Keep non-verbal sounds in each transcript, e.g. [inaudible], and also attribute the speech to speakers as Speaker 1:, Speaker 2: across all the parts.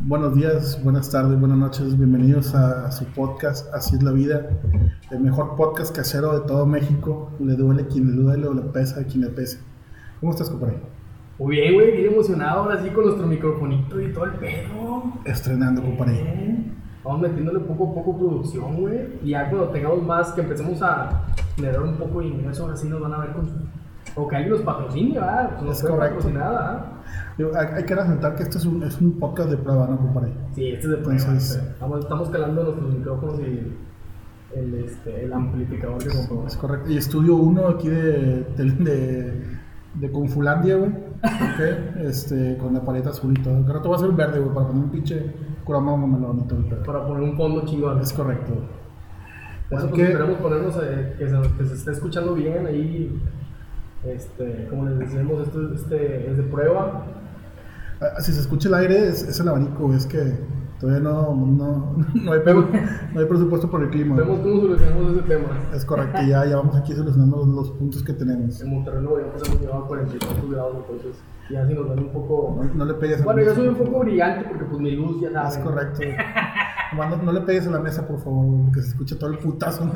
Speaker 1: Buenos días, buenas tardes, buenas noches. Bienvenidos a, su podcast Así es la vida, el mejor podcast casero de todo México. Le duele quien le duele o le pesa a quien le pese. ¿Cómo estás, compadre?
Speaker 2: Muy bien, güey, bien emocionado ahora sí con nuestro microfonito y todo el pedo.
Speaker 1: Estrenando, compadre.
Speaker 2: Bien. Vamos metiéndole poco a poco producción, güey. Y ya cuando tengamos más, que empecemos a generar un poco de ingreso, ahora sí nos van a ver con su... O que alguien nos patrocine, ¿verdad? Pues
Speaker 1: Es
Speaker 2: nos pueden
Speaker 1: correcto.
Speaker 2: patrocinar, ¿ah? ¿verdad?
Speaker 1: Digo, Hay, hay que resaltar que este es un, es un podcast de prueba, ¿no, compadre?
Speaker 2: Sí, este es de prueba.
Speaker 1: Entonces-
Speaker 2: güey. Vamos- estamos calando nuestros micrófonos y el, este, el amplificador que compramos.
Speaker 1: Es correcto. Y estudio uno aquí de, de, de, de Confulandia, güey. Ok, este, con la paleta azul y todo. Creo que va a ser verde, güey, para poner un pinche curamago melón y todo el pedo.
Speaker 2: Para poner un fondo chingón.
Speaker 1: Es correcto.
Speaker 2: Por
Speaker 1: Así
Speaker 2: eso pues,
Speaker 1: que,
Speaker 2: esperemos ponernos eh, que, se, nos- que se esté escuchando bien ahí. Este, como les decimos, esto es- este, es de prueba.
Speaker 1: ah, si se escucha el aire, es, es el abanico, güey, es que todavía no, no, [laughs] no, hay, pre- no hay presupuesto por el clima. güey.
Speaker 2: Vemos cómo solucionamos ese tema.
Speaker 1: Es correcto, ya, ya vamos aquí solucionando los, los puntos que tenemos.
Speaker 2: En Monterrey lo veíamos, hemos llevado 44 grados, entonces ya si nos dan un
Speaker 1: No,
Speaker 2: poco.
Speaker 1: no le pegues a la
Speaker 2: Bueno, yo
Speaker 1: mesa.
Speaker 2: soy un poco brillante porque pues mi luz ya sabes.
Speaker 1: Es
Speaker 2: [laughs]
Speaker 1: correcto. güey. Nomás No, no le pegues a la mesa, por favor, güey, porque se escucha todo el
Speaker 2: [laughs]
Speaker 1: putazo. ¿no?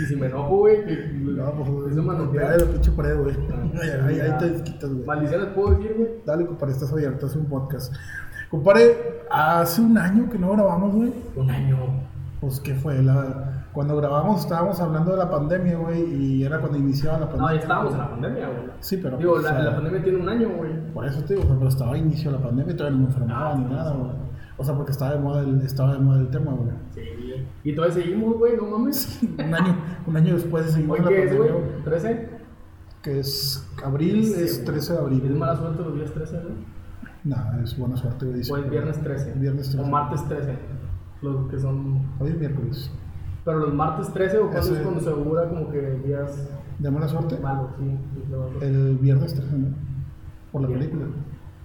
Speaker 2: Y si me enojo, güey, que
Speaker 1: No, por favor.
Speaker 2: eso mano,
Speaker 1: Pégale la pinche pared, güey.
Speaker 2: Ah,
Speaker 1: Ahí, ahí- ahí te
Speaker 2: ya.
Speaker 1: desquitas, güey.
Speaker 2: Maldiciones puedo decir, güey.
Speaker 1: Dale, compadre, estás abierto, hace un podcast. Compadre, hace un año que no grabamos, güey.
Speaker 2: Un año.
Speaker 1: Pues, ¿qué fue? La... Cuando grabamos estábamos hablando de la pandemia, güey, y era cuando iniciaba la
Speaker 2: No,
Speaker 1: pandemia.
Speaker 2: ya estábamos en la pandemia, güey.
Speaker 1: Sí, Pues pero... pues,
Speaker 2: Digo,
Speaker 1: o
Speaker 2: la,
Speaker 1: sea,
Speaker 2: la pandemia tiene un año, güey.
Speaker 1: Por eso te digo, o sea, pero estaba a inicio de la pandemia y todavía no me enfermaba
Speaker 2: Ah,
Speaker 1: ni
Speaker 2: sí,
Speaker 1: nada,
Speaker 2: sí.
Speaker 1: güey. O sea, porque estaba de moda el, estaba de moda el tema, güey.
Speaker 2: Sí. Y todavía seguimos, güey, no mames.
Speaker 1: Un año, un año después de seguir
Speaker 2: Hoy
Speaker 1: con la
Speaker 2: qué es,
Speaker 1: pandemia,
Speaker 2: güey,
Speaker 1: güey,
Speaker 2: 13.
Speaker 1: que es abril,
Speaker 2: Sí,
Speaker 1: es
Speaker 2: güey.
Speaker 1: 13 de
Speaker 2: Es
Speaker 1: abril.
Speaker 2: mala suerte los días 13, güey.
Speaker 1: Nah, es buena suerte, güey. dice.
Speaker 2: O el viernes 13.
Speaker 1: Viernes 13.
Speaker 2: O martes 13. Los que son.
Speaker 1: Hoy es miércoles.
Speaker 2: Pero los martes 13 o cuando
Speaker 1: Ese-
Speaker 2: es cuando se augura como que días
Speaker 1: De mala suerte,
Speaker 2: malos, sí. sí, lo- lo-
Speaker 1: el viernes 13, ¿no? Por la
Speaker 2: Bien.
Speaker 1: película.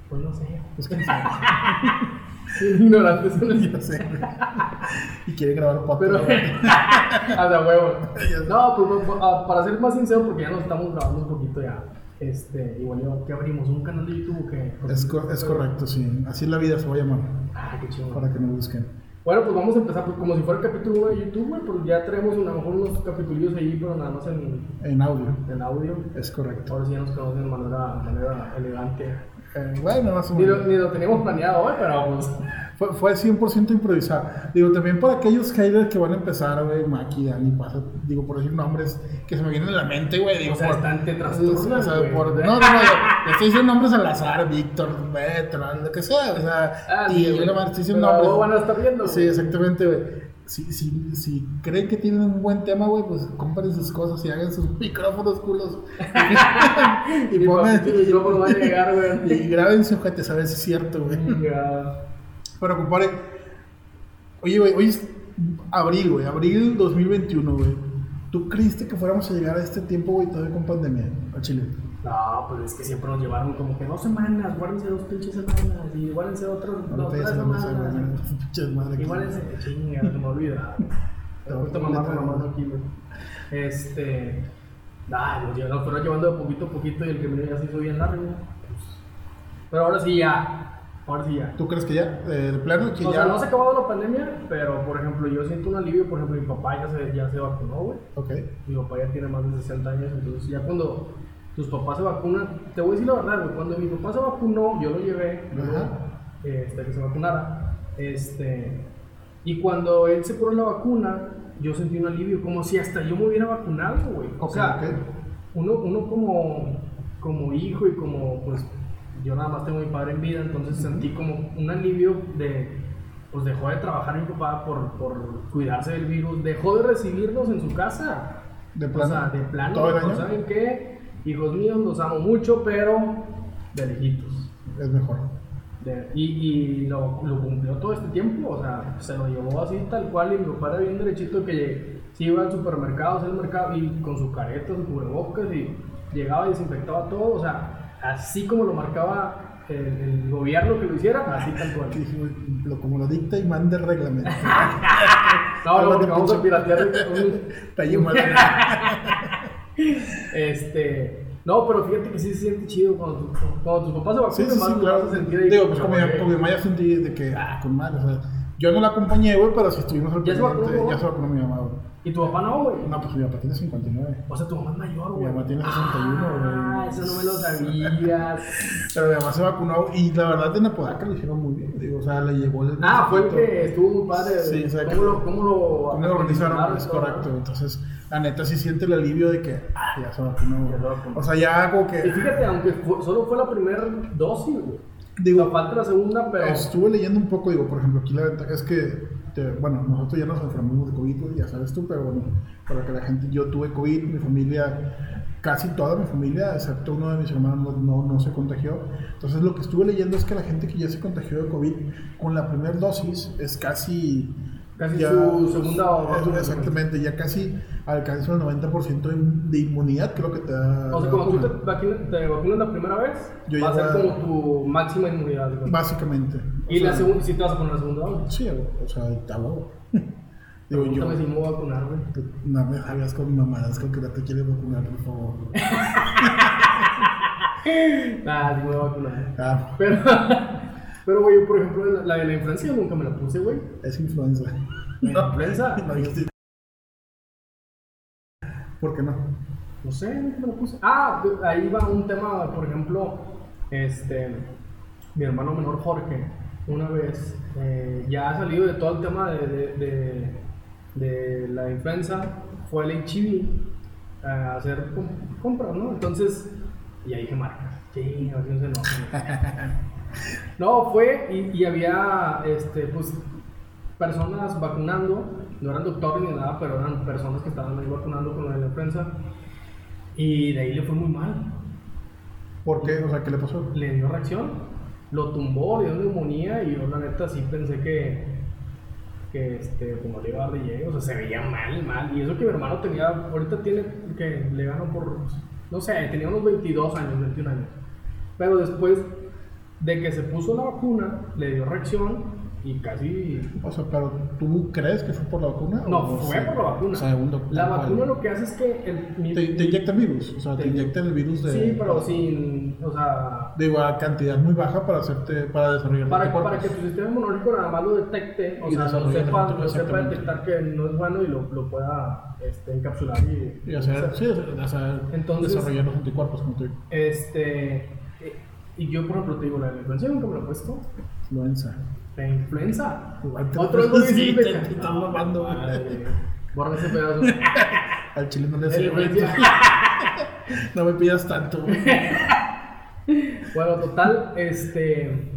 Speaker 2: Pues no sé. [laughs]
Speaker 1: Es que no sé. [laughs]
Speaker 2: Ignorantes son los
Speaker 1: Ya sé, güey. Y quiere grabar podcast. [laughs]
Speaker 2: Pero.
Speaker 1: güey.
Speaker 2: [laughs] a la huevo.
Speaker 1: Ya sé.
Speaker 2: No, pues, pues, ah, para ser más sincero, porque ya nos estamos grabando un poquito ya. Este, igual ya que abrimos un canal de YouTube que.
Speaker 1: Es, cor- es correcto, sí. Así es la vida se va a llamar.
Speaker 2: Ah, qué chido.
Speaker 1: Para que nos busquen.
Speaker 2: Bueno, pues vamos a empezar pues, como si fuera el capítulo uno de YouTube, güey, pues ya traemos a lo mejor unos capitulillos ahí, pero nada más en,
Speaker 1: En audio.
Speaker 2: en audio.
Speaker 1: Es correcto.
Speaker 2: Ahora sí ya nos conocen de manera, manera elegante.
Speaker 1: Eh, bueno, más o
Speaker 2: Ni lo,
Speaker 1: menos.
Speaker 2: ni lo teníamos planeado hoy, pero pues.
Speaker 1: Fue, fue 100% improvisado. Digo, también para aquellos haters que van a empezar, güey, Maki, Dani, pasa, digo, por decir nombres que se me vienen a la mente, güey. Digo,
Speaker 2: O sea,
Speaker 1: por-
Speaker 2: están te trastornan,
Speaker 1: o sea,
Speaker 2: güey.
Speaker 1: por- No, no, no, yo estoy diciendo nombres al azar, Víctor, Betran, lo que sea, o sea,
Speaker 2: Ah,
Speaker 1: y
Speaker 2: sí,
Speaker 1: yo
Speaker 2: güey.
Speaker 1: nada más estoy diciendo
Speaker 2: Pero
Speaker 1: nombres.
Speaker 2: luego van a estar viendo.
Speaker 1: pues, Sí,
Speaker 2: güey.
Speaker 1: exactamente, güey. Si, si, si creen que tienen un buen tema, güey, pues compren sus cosas y hagan sus micrófonos
Speaker 2: [laughs]
Speaker 1: culos. y,
Speaker 2: Y
Speaker 1: pongan-
Speaker 2: papito, yo no voy a
Speaker 1: [laughs]
Speaker 2: llegar, güey. ah,
Speaker 1: y graben su gente, a ver si es cierto, güey.
Speaker 2: Venga.
Speaker 1: Pero, compadre, oye, güey, hoy es abril, güey, abril 2021, güey. ¿Tú creíste que fuéramos a llegar a este tiempo, güey, todavía con pandemia, a Chile?
Speaker 2: No, pues es que siempre nos llevaron como que dos semanas, guárdense dos pinches semanas, y guárdense otras
Speaker 1: No
Speaker 2: dos
Speaker 1: te
Speaker 2: tres
Speaker 1: vayas a la mesa,
Speaker 2: semanas.
Speaker 1: güey, no, [laughs] pinches madre
Speaker 2: Y
Speaker 1: aquí.
Speaker 2: guárdense, chinga, se me olvida. Me gusta mamar mamando aquí, güey. Este. Nah, nos llevaron- nos fueron llevando de poquito a poquito y el camino ya se hizo bien largo. Pues, Pero ahora sí ya. Ahora sí ya.
Speaker 1: ¿Tú crees que ya, eh, de plano, que
Speaker 2: O
Speaker 1: ya?
Speaker 2: sea, no se ha acabado la pandemia, pero por ejemplo, yo siento un alivio. Por ejemplo, mi papá ya se, ya se vacunó, güey.
Speaker 1: Ok,
Speaker 2: Mi papá ya tiene más de 60 años, entonces ya cuando tus papás se vacunan, te voy a decir la verdad, güey, cuando mi papá se vacunó, yo lo llevé
Speaker 1: Ajá.
Speaker 2: eh, hasta que se vacunara. Este, y cuando él se pone la vacuna, yo sentí un alivio, como si hasta yo me hubiera vacunado, güey. O
Speaker 1: Ok,
Speaker 2: sea,
Speaker 1: ok.
Speaker 2: uno, uno como, como hijo y como, pues, yo nada más tengo a mi padre en vida, entonces sentí como un alivio de, pues dejó de trabajar mi papá por, por cuidarse del virus, dejó de recibirnos en su casa.
Speaker 1: de
Speaker 2: O
Speaker 1: plano.
Speaker 2: sea, de plano,
Speaker 1: ¿Todo el
Speaker 2: dijo,
Speaker 1: año?
Speaker 2: ¿saben qué? Hijos míos, los amo mucho, pero de lejitos.
Speaker 1: Es mejor.
Speaker 2: De- y y lo, lo cumplió todo este tiempo, o sea, se lo llevó así tal cual y mi papá era bien derechito que lleg- se iba al supermercado, al mercado y con su careta, su cubrebocas y llegaba y desinfectaba todo, o sea, así como lo marcaba el, el gobierno que lo hiciera, así tal cual.
Speaker 1: Que dije, güey, lo, como lo dicta y manda el
Speaker 2: [laughs]
Speaker 1: reglamento.
Speaker 2: No, no,
Speaker 1: Hablando
Speaker 2: porque vamos
Speaker 1: [laughs]
Speaker 2: a
Speaker 1: mucho.
Speaker 2: [laughs] piratear un-
Speaker 1: Está ahí, madre.
Speaker 2: Este, No, pero fíjate que sí se siente chido cuando, tu- cuando tus papás se
Speaker 1: Sí,
Speaker 2: vacunan,
Speaker 1: sí,
Speaker 2: más
Speaker 1: sí,
Speaker 2: lo
Speaker 1: claro.
Speaker 2: vas a sentir ahí.
Speaker 1: Digo, pues como
Speaker 2: güey.
Speaker 1: ya, como ya sentí de que, ah, con madre, o sea, yo no la acompañé, güey, pero si estuvimos al
Speaker 2: ¿Ya se vacunó,
Speaker 1: pendiente,
Speaker 2: güey?
Speaker 1: ya se vacunó mi mamá, güey.
Speaker 2: Y tu papá no, güey.
Speaker 1: No, pues mi papá tiene 59.
Speaker 2: O sea, tu mamá es mayor,
Speaker 1: Mi
Speaker 2: güey.
Speaker 1: mamá tiene 61, güey.
Speaker 2: Ah, eso no me lo sabías.
Speaker 1: Pero mi mamá se vacunó y la verdad en Apodaca lo hicieron muy bien, digo, o sea, le llevó el...
Speaker 2: Ah, fue que estuvo muy padre.
Speaker 1: Sí, o sea,
Speaker 2: ¿Cómo
Speaker 1: que-
Speaker 2: lo, cómo lo,
Speaker 1: ¿Cómo lo organizaron?
Speaker 2: organizaron
Speaker 1: Es
Speaker 2: todo,
Speaker 1: correcto. Entonces, la neta sí siente el alivio de que ah, ya se vacunó.
Speaker 2: Ya se
Speaker 1: güey.
Speaker 2: vacunó.
Speaker 1: O sea, ya como
Speaker 2: Y
Speaker 1: que.
Speaker 2: fíjate, aunque fue- solo fue la primera dosis, güey. Digo,
Speaker 1: Digo,
Speaker 2: falta la segunda, pero.
Speaker 1: estuve leyendo un poco, digo, por ejemplo, aquí la ventaja es que. te- bueno, nosotros ya nos enfermamos de COVID, güey, ya sabes tú, pero bueno, para que la gente. Yo tuve COVID, mi familia, casi toda mi familia, excepto uno de mis hermanos, no, no se contagió. Entonces, lo que estuve leyendo es que la gente que ya se contagió de COVID con la primera dosis es casi.
Speaker 2: Casi su segunda o-
Speaker 1: es- Exactamente, ya casi alcanza el 90% de- de inmunidad, creo que te da.
Speaker 2: O sea,
Speaker 1: la
Speaker 2: cuando tú
Speaker 1: vacuna.
Speaker 2: te vacunas, te vacunas la primera vez,
Speaker 1: Yo
Speaker 2: va a
Speaker 1: ya-
Speaker 2: ser como tu máxima inmunidad. güey.
Speaker 1: Básicamente. O
Speaker 2: Y la
Speaker 1: sea,
Speaker 2: segunda, si te vas a poner la segunda dosis.
Speaker 1: Sí, o sea, está
Speaker 2: [laughs]
Speaker 1: huevo. Digo, yo.
Speaker 2: Pregúntame si me voy a vacunar, güey.
Speaker 1: No me salgas con mamadas con que no te quieres vacunar, por favor.
Speaker 2: Nah, Ah, sí me voy a vacunar.
Speaker 1: Ah,
Speaker 2: Pero, [laughs] pero güey, yo por ejemplo, la, la de la influenza yo nunca me la puse, güey.
Speaker 1: es influenza.
Speaker 2: ¿La influenza?
Speaker 1: [laughs] No, yo sí. ¿Por qué no?
Speaker 2: No sé, nunca me la puse. Ah, de- ahí va un tema, por ejemplo, este, mi hermano menor Jorge, una vez, eh, ya ha salido de todo el tema de, de- de- de la influenza, fue al HIV eh, a hacer com- compras, ¿no? Entonces, y ahí dije marca. Sí, a ver si no se enojan. [laughs] No, fue y, y había, este, pues, personas vacunando, no eran doctores ni nada, pero eran personas que estaban ahí vacunando con lo de la influenza. Y de ahí le fue muy mal.
Speaker 1: ¿Por qué? O sea, ¿qué le pasó?
Speaker 2: Le dio reacción, lo tumbó, le dio neumonía y yo la neta sí pensé que, que este, como le iba a dar de llegue, o sea, se veía mal, mal. Y eso que mi hermano tenía, ahorita tiene, que le ganó por, no sé, tenía unos 22 años, 21 años. Pero después de que se puso la vacuna, le dio reacción y casi
Speaker 1: O sea, pero ¿tú crees que fue por la vacuna?
Speaker 2: No,
Speaker 1: o
Speaker 2: fue
Speaker 1: sea,
Speaker 2: por la vacuna.
Speaker 1: O sea, un doctor.
Speaker 2: La vacuna lo que hace es que el, mi-
Speaker 1: Te, te inyectan virus, o sea, te,
Speaker 2: Te-
Speaker 1: inyectan el virus de.
Speaker 2: sí, pero sin, o sea,
Speaker 1: Digo, a cantidad muy baja para hacerte, para desarrollar
Speaker 2: para,
Speaker 1: anticuerpos.
Speaker 2: para que tu sistema inmunológico nada más lo detecte, o
Speaker 1: Y
Speaker 2: sea, lo
Speaker 1: desarrolle
Speaker 2: sepa,
Speaker 1: el
Speaker 2: lo sepa
Speaker 1: exactamente.
Speaker 2: detectar que no es bueno y lo, lo pueda este, encapsular y,
Speaker 1: Y hacer, sí, hacer,
Speaker 2: Entonces-
Speaker 1: desarrollar los anticuerpos, como te digo.
Speaker 2: este y yo por ejemplo te digo la de la influenza yo nunca me lo he puesto,
Speaker 1: Influenza.
Speaker 2: la influenza,
Speaker 1: Igual te-
Speaker 2: otro es muy
Speaker 1: Sí,
Speaker 2: simple,
Speaker 1: te-
Speaker 2: ca-
Speaker 1: te están ah. mamando, güey.
Speaker 2: Madre, borra
Speaker 1: [laughs]
Speaker 2: ese pedazo,
Speaker 1: Al chile no le
Speaker 2: La
Speaker 1: hace
Speaker 2: influenza.
Speaker 1: [laughs] No me pidas tanto. güey.
Speaker 2: Bueno, total, este.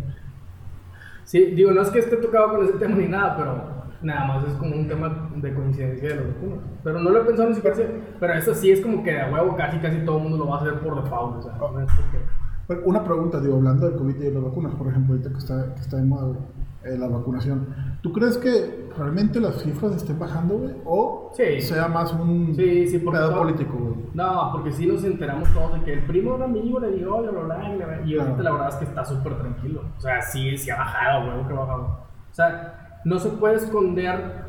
Speaker 2: Sí, digo, no es que esté tocado con ese tema ni nada, pero nada más es como un tema de coincidencia de los vacunas. Pero no lo he pensado ni siquiera. hacer- Pero eso sí es como que de huevo casi, casi todo el mundo lo va a hacer por default. O sea, no es porque-
Speaker 1: Pero Una pregunta, digo, hablando del COVID y de las vacunas, por ejemplo, ahorita que está, que está de moda, güey, eh, la vacunación. ¿Tú crees que realmente las cifras estén bajando, güey? ¿O
Speaker 2: Sí.
Speaker 1: sea más un
Speaker 2: Sí, sí, porque
Speaker 1: pedo
Speaker 2: todo-
Speaker 1: político, güey?
Speaker 2: No, porque sí nos enteramos todos de que el primo de un amigo le dio, bla, bla, bla, y la- y ahorita
Speaker 1: Claro.
Speaker 2: la verdad es que está súper tranquilo. O sea, sí, sí ha bajado, huevo que ha bajado. O sea, no se puede esconder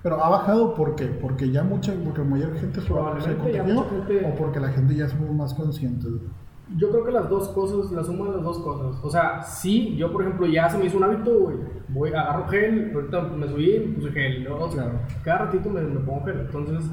Speaker 1: Pero ha bajado ¿por qué? Porque ya mucha, porque mayor gente se, se
Speaker 2: Probablemente ya
Speaker 1: contagió
Speaker 2: mucha gente-
Speaker 1: o porque la gente ya somos más consciente.
Speaker 2: Yo creo que las dos cosas, la suma de las dos cosas. O sea, sí, yo por ejemplo ya se me hizo un hábito, güey. Voy, agarro gel, ahorita me subí, me puse gel. ¿no? O sea,
Speaker 1: Claro.
Speaker 2: Cada ratito me, me pongo gel. Entonces,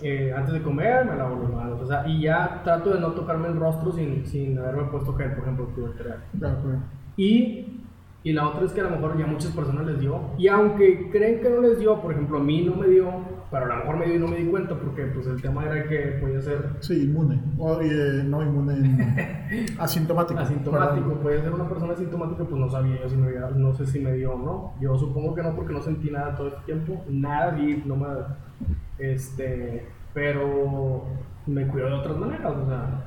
Speaker 2: eh, antes de comer me lavo los manos. O sea, y ya trato de no tocarme el rostro sin, sin haberme puesto gel, por ejemplo, antibacterial.
Speaker 1: Ya, güey.
Speaker 2: Y, y la otra es que a lo mejor ya muchas personas les dio. Y aunque creen que no les dio, por ejemplo, a mí no me dio, pero a lo mejor me dio y no me di cuenta porque pues el tema era que podía ser
Speaker 1: Sí, inmune. O, eh, no
Speaker 2: [laughs]
Speaker 1: inmune, asintomático.
Speaker 2: Asintomático,
Speaker 1: perdón.
Speaker 2: puede ser una persona asintomática, pues no sabía yo si me había- no sé si me dio o no. Yo supongo que no, porque no sentí nada todo este tiempo, nada y no me. Este, pero me cuido de otras maneras, o sea.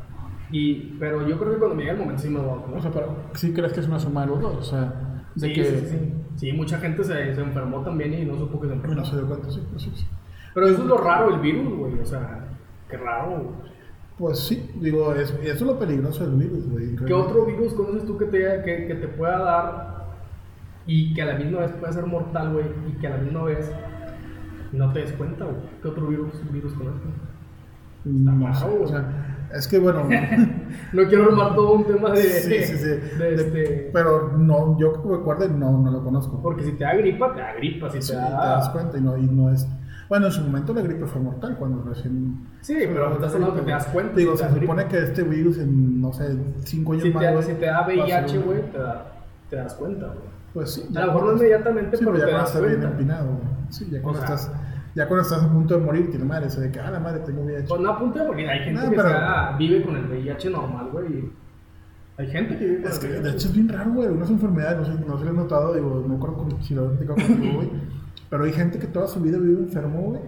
Speaker 2: Y, pero yo creo que cuando me llegue el momento sí me voy a vacunar.
Speaker 1: O sea, pero sí crees que es una suma de los dos, o sea, de
Speaker 2: sí,
Speaker 1: que
Speaker 2: sí, sí. Sí, mucha gente se, se enfermó también y no supo que se enfermó.
Speaker 1: no se dio cuenta, sí, pues sí, sí.
Speaker 2: Pero eso es lo raro, el virus, güey, o sea, qué raro. güey.
Speaker 1: Pues sí, digo, es, eso es lo peligroso del virus, güey.
Speaker 2: ¿Qué otro virus conoces tú que te, que, que te pueda dar y que a la misma vez puede ser mortal, güey? Y que a la misma vez no te des cuenta, güey. ¿Qué otro virus, virus conoces?
Speaker 1: No,
Speaker 2: Está
Speaker 1: sé,
Speaker 2: raro,
Speaker 1: o sea, Es que
Speaker 2: [laughs]
Speaker 1: bueno,
Speaker 2: No quiero armar todo un tema de.
Speaker 1: Sí, sí, sí.
Speaker 2: de este,
Speaker 1: pero no, yo que recuerde, no, no lo conozco.
Speaker 2: porque si te da gripa, te da gripa. Si
Speaker 1: Pues Sí,
Speaker 2: te
Speaker 1: te
Speaker 2: da.
Speaker 1: das cuenta y no, y no es. Bueno, en su momento la gripe fue mortal cuando recién.
Speaker 2: Sí, pero estás hablando que te das cuenta.
Speaker 1: Digo,
Speaker 2: si te
Speaker 1: se
Speaker 2: da gripa.
Speaker 1: supone que este virus en, no sé, cinco años
Speaker 2: Si
Speaker 1: más.
Speaker 2: te, da-
Speaker 1: güey,
Speaker 2: si te da
Speaker 1: va a
Speaker 2: VIH,
Speaker 1: ser un-
Speaker 2: güey, te, da- te das cuenta, güey.
Speaker 1: Pues sí.
Speaker 2: A lo mejor no inmediatamente,
Speaker 1: Sí,
Speaker 2: pero
Speaker 1: pero ya
Speaker 2: te
Speaker 1: cuando
Speaker 2: das
Speaker 1: estás bien
Speaker 2: cuenta.
Speaker 1: empinado, güey. Sí, ya cuando,
Speaker 2: O sea-
Speaker 1: estás, ya cuando estás a punto de morir, tiene madre, eso de que, ah, la madre, tengo VIH.
Speaker 2: Pues no apunta porque hay gente
Speaker 1: No,
Speaker 2: que
Speaker 1: pero-
Speaker 2: está- vive con el VIH normal, güey. y Hay gente que vive con
Speaker 1: Es que
Speaker 2: el
Speaker 1: de
Speaker 2: VIH.
Speaker 1: hecho es bien raro, güey. Unas enfermedades, no sé, no se lo he notado, digo, no creo que si lo he platicado contigo, güey. Pero hay gente que toda su vida vive enfermo, güey.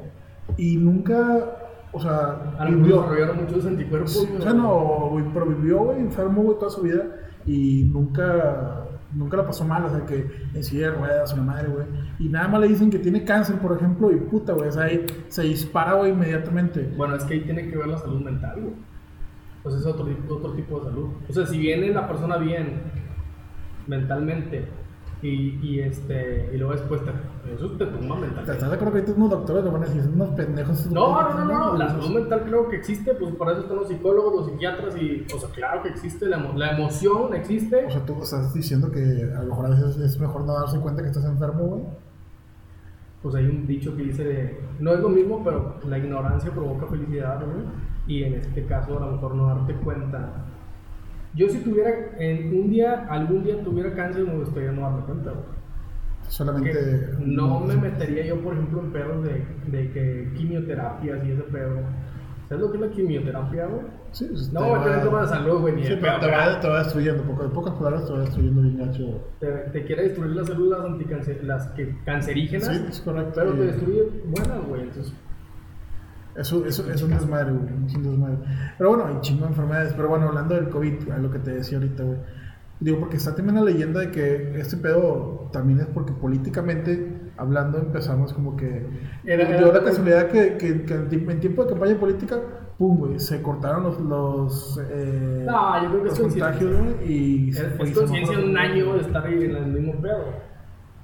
Speaker 1: Y nunca, o sea,
Speaker 2: A lo mejor
Speaker 1: vivió.
Speaker 2: desarrollaron muchos anticuerpos.
Speaker 1: Pues, O sea, no, güey, pero vivió, güey, enfermo, güey, toda su vida. Y nunca, nunca la pasó mal, o sea, que en silla de ruedas, una madre, güey. Y nada más le dicen que tiene cáncer, por ejemplo, y puta, güey, o sea, ahí se dispara, güey, inmediatamente.
Speaker 2: Bueno, es que ahí tiene que ver la salud mental, güey. Pues es otro, tipo- otro tipo de salud. O sea, si viene la persona bien mentalmente y, y este y luego después te, eso te tumba
Speaker 1: ¿Te
Speaker 2: mentalmente.
Speaker 1: estás de acuerdo que ahorita unos doctores lo van a decir, son unos pendejos? esos
Speaker 2: No,
Speaker 1: doctores,
Speaker 2: no, no, no, la
Speaker 1: Esos-
Speaker 2: salud mental creo que existe, pues para eso están los psicólogos, los psiquiatras y, o sea, claro que existe, la, emo- la emoción existe.
Speaker 1: O sea, tú estás diciendo que a lo mejor a veces es mejor no darse cuenta que estás enfermo, güey.
Speaker 2: Pues hay un dicho que dice, de- no es lo mismo, pero la ignorancia provoca felicidad, ¿no? Y en este caso a lo mejor no darte cuenta. Yo si tuviera, en un día, algún día tuviera cáncer, me gustaría no darme cuenta, güey.
Speaker 1: Solamente.
Speaker 2: Que no me metería yo, por ejemplo, en pedos de, de que quimioterapias y ese pedo. ¿Sabes lo que es la quimioterapia, güey?
Speaker 1: Sí, pues,
Speaker 2: No,
Speaker 1: te
Speaker 2: güey,
Speaker 1: va-
Speaker 2: pero es tema de salud, güey. ni
Speaker 1: Sí,
Speaker 2: de
Speaker 1: pero
Speaker 2: pedo,
Speaker 1: te va, te va destruyendo. Poco, de pocas palabras te va destruyendo bien gacho. güey.
Speaker 2: te, te quiere destruir las células anticancer, las que, cancerígenas,
Speaker 1: Sí, es correcto. eh,
Speaker 2: pero te
Speaker 1: Y-
Speaker 2: destruye buenas, güey. Entonces,
Speaker 1: Eso, eso es un desmadre, güey. Es un desmadre. Pero bueno, hay chingo de enfermedades. Pero bueno, hablando del COVID, a lo que te decía ahorita, güey. Digo, porque está también la leyenda de que este pedo también es porque políticamente hablando empezamos como que.
Speaker 2: Era- era-
Speaker 1: dio la casualidad que, que- que en tiemp- en tiempo de campaña política, pum, güey, se cortaron los. los eh,
Speaker 2: No, yo creo que
Speaker 1: los
Speaker 2: es conciencia.
Speaker 1: contagios, güey. Y
Speaker 2: es,
Speaker 1: se fue
Speaker 2: es
Speaker 1: y se
Speaker 2: conciencia
Speaker 1: bajó.
Speaker 2: un año de estar ahí en el mismo pedo,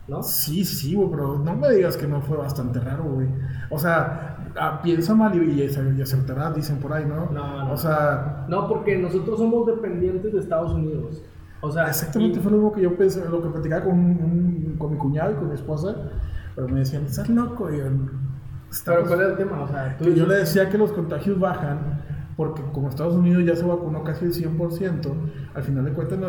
Speaker 2: ¿no?
Speaker 1: Sí, sí, güey, pero no me digas que no fue bastante raro, güey. O sea, ah, piensa mal y, y acertarás, dicen por ahí, ¿no?
Speaker 2: No, no.
Speaker 1: O sea,
Speaker 2: No, porque nosotros somos dependientes de Estados Unidos. O sea,
Speaker 1: exactamente
Speaker 2: y-
Speaker 1: fue lo mismo que yo pensé, lo que platicaba con, un- con mi cuñado y con mi esposa, pero me decían, estás loco, y yo,
Speaker 2: pero pues,
Speaker 1: "Estamos-".
Speaker 2: ¿cuál es el tema? O sea, tú
Speaker 1: Que yo le decía que los contagios bajan porque como Estados Unidos ya se vacunó casi el 100%, al final de cuentas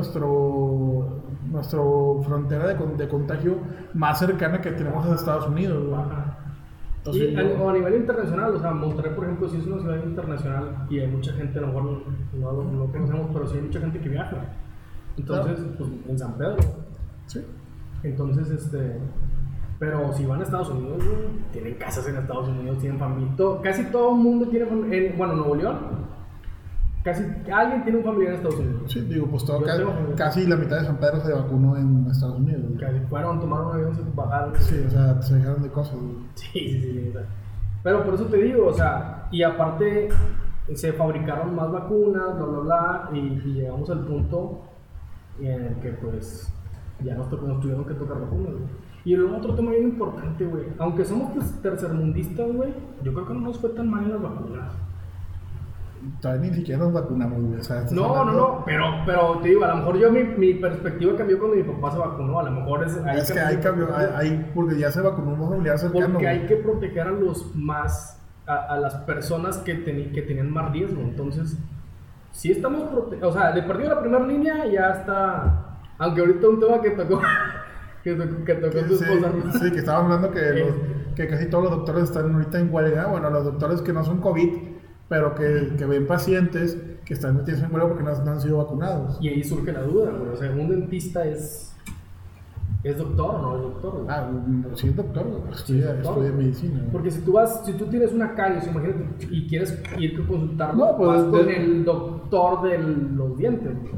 Speaker 1: nuestro nuestro frontera de, con- de contagio más cercana que tenemos es Estados Unidos. güey.
Speaker 2: Ajá.
Speaker 1: Entonces,
Speaker 2: y
Speaker 1: yo-
Speaker 2: a, o a nivel internacional, o sea, Monterrey, por ejemplo, sí es una ciudad internacional y hay mucha gente, a lo mejor no, no, no conocemos, pero sí hay mucha gente que viaja. Entonces, pues en San Pedro.
Speaker 1: sí.
Speaker 2: Entonces, este. Pero si van a Estados Unidos, güey, tienen casas en Estados Unidos, tienen familia. to- casi todo el mundo tiene familia. Bueno, Nuevo León, casi alguien tiene un familiar en Estados Unidos.
Speaker 1: Sí, digo, pues todo
Speaker 2: Yo
Speaker 1: ca-
Speaker 2: tengo-
Speaker 1: casi la mitad de San Pedro se vacunó en Estados Unidos. güey.
Speaker 2: Casi fueron, tomaron un avión, se bajaron.
Speaker 1: Sí, o sea, se dejaron de cosas. güey.
Speaker 2: Sí, sí, sí, sí, o sea, Pero por eso te digo, o sea, y aparte se fabricaron más vacunas, bla, bla, bla, y, y llegamos al punto en el que pues ya nos, tocó- nos tuvieron que tocar vacunas, güey. Y el otro tema bien importante, güey, aunque somos pues, tercermundistas, güey, yo creo que no nos fue tan mal en las vacunas.
Speaker 1: Todavía ni siquiera nos vacunamos, güey. O sea, este estás
Speaker 2: No, no,
Speaker 1: hablando-
Speaker 2: no, pero, pero te digo, a lo mejor yo mi, mi perspectiva cambió cuando mi papá se vacunó, a lo mejor es... ahí
Speaker 1: Es que
Speaker 2: cambió
Speaker 1: hay
Speaker 2: mi
Speaker 1: cambio, hay,
Speaker 2: perspectiva.
Speaker 1: hay- porque ya se vacunó un familiar cercano.
Speaker 2: Porque
Speaker 1: güey.
Speaker 2: hay que proteger a los más, a, a las personas que, teni- que tenían más riesgo. Entonces, si estamos prote- o sea, de perdido la primera línea ya está, aunque ahorita un tema que tocó, [laughs] que tocó, que tocó tu
Speaker 1: Sí,
Speaker 2: esposa.
Speaker 1: sí, que estaba hablando
Speaker 2: [laughs]
Speaker 1: que,
Speaker 2: Eh.
Speaker 1: los- que casi todos los doctores están ahorita en huelga. Bueno, los doctores que no son COVID, pero que, que ven pacientes que están metidos en huelga porque no, no han sido vacunados.
Speaker 2: Y ahí surge la duda, güey. O sea, un dentista es, es doctor o no es doctor. güey?
Speaker 1: Ah, sí, es doctor, güey, estudia,
Speaker 2: doctor.
Speaker 1: estudia medicina. güey.
Speaker 2: Porque si tú vas, si tú tienes una caries, imagínate, y quieres irte a consultar,
Speaker 1: No, pues,
Speaker 2: vas con
Speaker 1: de-
Speaker 2: el doctor de los dientes. güey.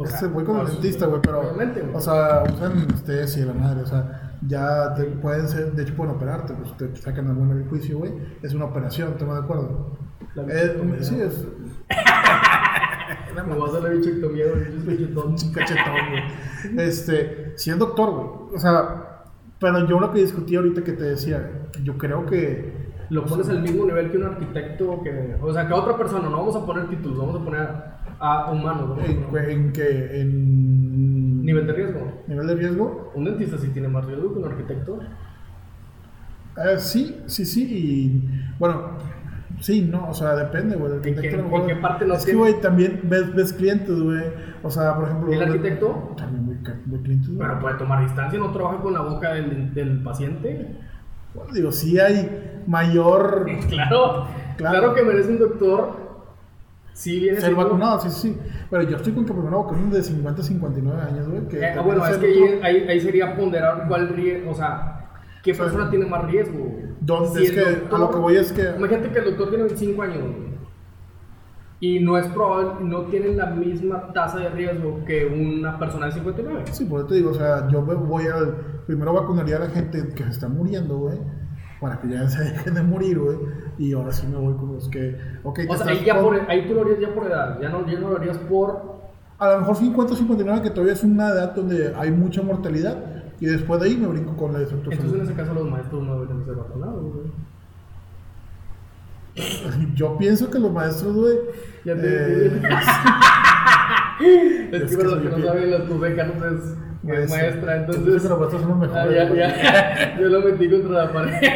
Speaker 2: O sea,
Speaker 1: Ese Este, voy con el
Speaker 2: pues,
Speaker 1: dentista, güey, pero.
Speaker 2: obviamente, güey.
Speaker 1: O sea, usan ustedes y la madre, o sea, ya te pueden ser, de hecho pueden operarte, pues te sacan alguna del juicio, güey. Es una operación, ¿estamos de acuerdo?
Speaker 2: La
Speaker 1: Eh,
Speaker 2: bichectomía.
Speaker 1: sí, es
Speaker 2: Me [laughs] vas a la bichectomía, güey, yo soy bichectón.
Speaker 1: un [laughs] cachetón, güey. Este, si es doctor, güey. O sea, pero yo lo que discutí ahorita que te decía, yo creo que
Speaker 2: lo pones al mismo nivel que un arquitecto, que, o sea, que otra persona, no vamos a poner títulos, vamos a poner a humanos, vamos a
Speaker 1: En,
Speaker 2: poner-
Speaker 1: en que en
Speaker 2: nivel de riesgo.
Speaker 1: nivel de riesgo,
Speaker 2: Un dentista sí tiene más riesgo que un arquitecto.
Speaker 1: Ah, sí, sí, sí. Y, bueno, sí, no, o sea, depende, güey. del
Speaker 2: Que- que
Speaker 1: arquitecto,
Speaker 2: en
Speaker 1: güey.
Speaker 2: cualquier parte lo
Speaker 1: Es que,
Speaker 2: tiene.
Speaker 1: güey, también ves, ves clientes, güey. O sea, por ejemplo.
Speaker 2: ¿El
Speaker 1: güey,
Speaker 2: arquitecto?
Speaker 1: También, güey, ca- de clientes, güey.
Speaker 2: Pero puede tomar distancia, no trabaja con la boca del, del paciente. [laughs]
Speaker 1: Bueno, digo, sí hay mayor.
Speaker 2: Claro, claro, que merece un doctor. Sí, viene
Speaker 1: Ser
Speaker 2: siendo-
Speaker 1: vacunado, sí, sí. sí. Pero yo estoy con que primero vacunen de 50 a 59 años, güey. Que
Speaker 2: Eh,
Speaker 1: también
Speaker 2: bueno, es
Speaker 1: el
Speaker 2: que
Speaker 1: otro-
Speaker 2: ahí, ahí- ahí sería ponderar cuál riesgo, o sea, qué
Speaker 1: sea,
Speaker 2: persona tiene más riesgo. güey.
Speaker 1: ¿Dónde?
Speaker 2: Si
Speaker 1: es
Speaker 2: el
Speaker 1: que a
Speaker 2: doctor-
Speaker 1: lo que voy es que.
Speaker 2: Imagínate que el doctor tiene 25 años güey, y no es probable, no tienen la misma tasa de riesgo que una persona de 59.
Speaker 1: Sí, por eso te digo, o sea, yo me voy al. Primero vacunaría a la gente que se está muriendo, güey. Para que ya [laughs] se dejen de morir, güey. Y ahora sí me voy con los que. Ok, te
Speaker 2: O sea,
Speaker 1: estás
Speaker 2: ahí, ya
Speaker 1: con-
Speaker 2: por, ahí tú lo harías ya por edad, ya no, ya no lo harías por...
Speaker 1: A lo mejor 50 59, que todavía es una edad donde hay mucha mortalidad. Y después de ahí me brinco con la
Speaker 2: Entonces en
Speaker 1: [laughs] destrucción.
Speaker 2: ese caso los maestros no deberían ser vacunados, güey.
Speaker 1: Yo pienso que los maestros, güey.
Speaker 2: Ya te
Speaker 1: eh, [laughs]
Speaker 2: Es,
Speaker 1: Es que
Speaker 2: que para los
Speaker 1: soy
Speaker 2: que no
Speaker 1: yo.
Speaker 2: saben, las tu beca no es es
Speaker 1: Maestra.
Speaker 2: maestra,
Speaker 1: Entonces,
Speaker 2: entonces...
Speaker 1: los maestros son los
Speaker 2: Ah,
Speaker 1: mejores,
Speaker 2: ya,
Speaker 1: güey.
Speaker 2: ya. [laughs] Yo lo metí contra la pared. [laughs]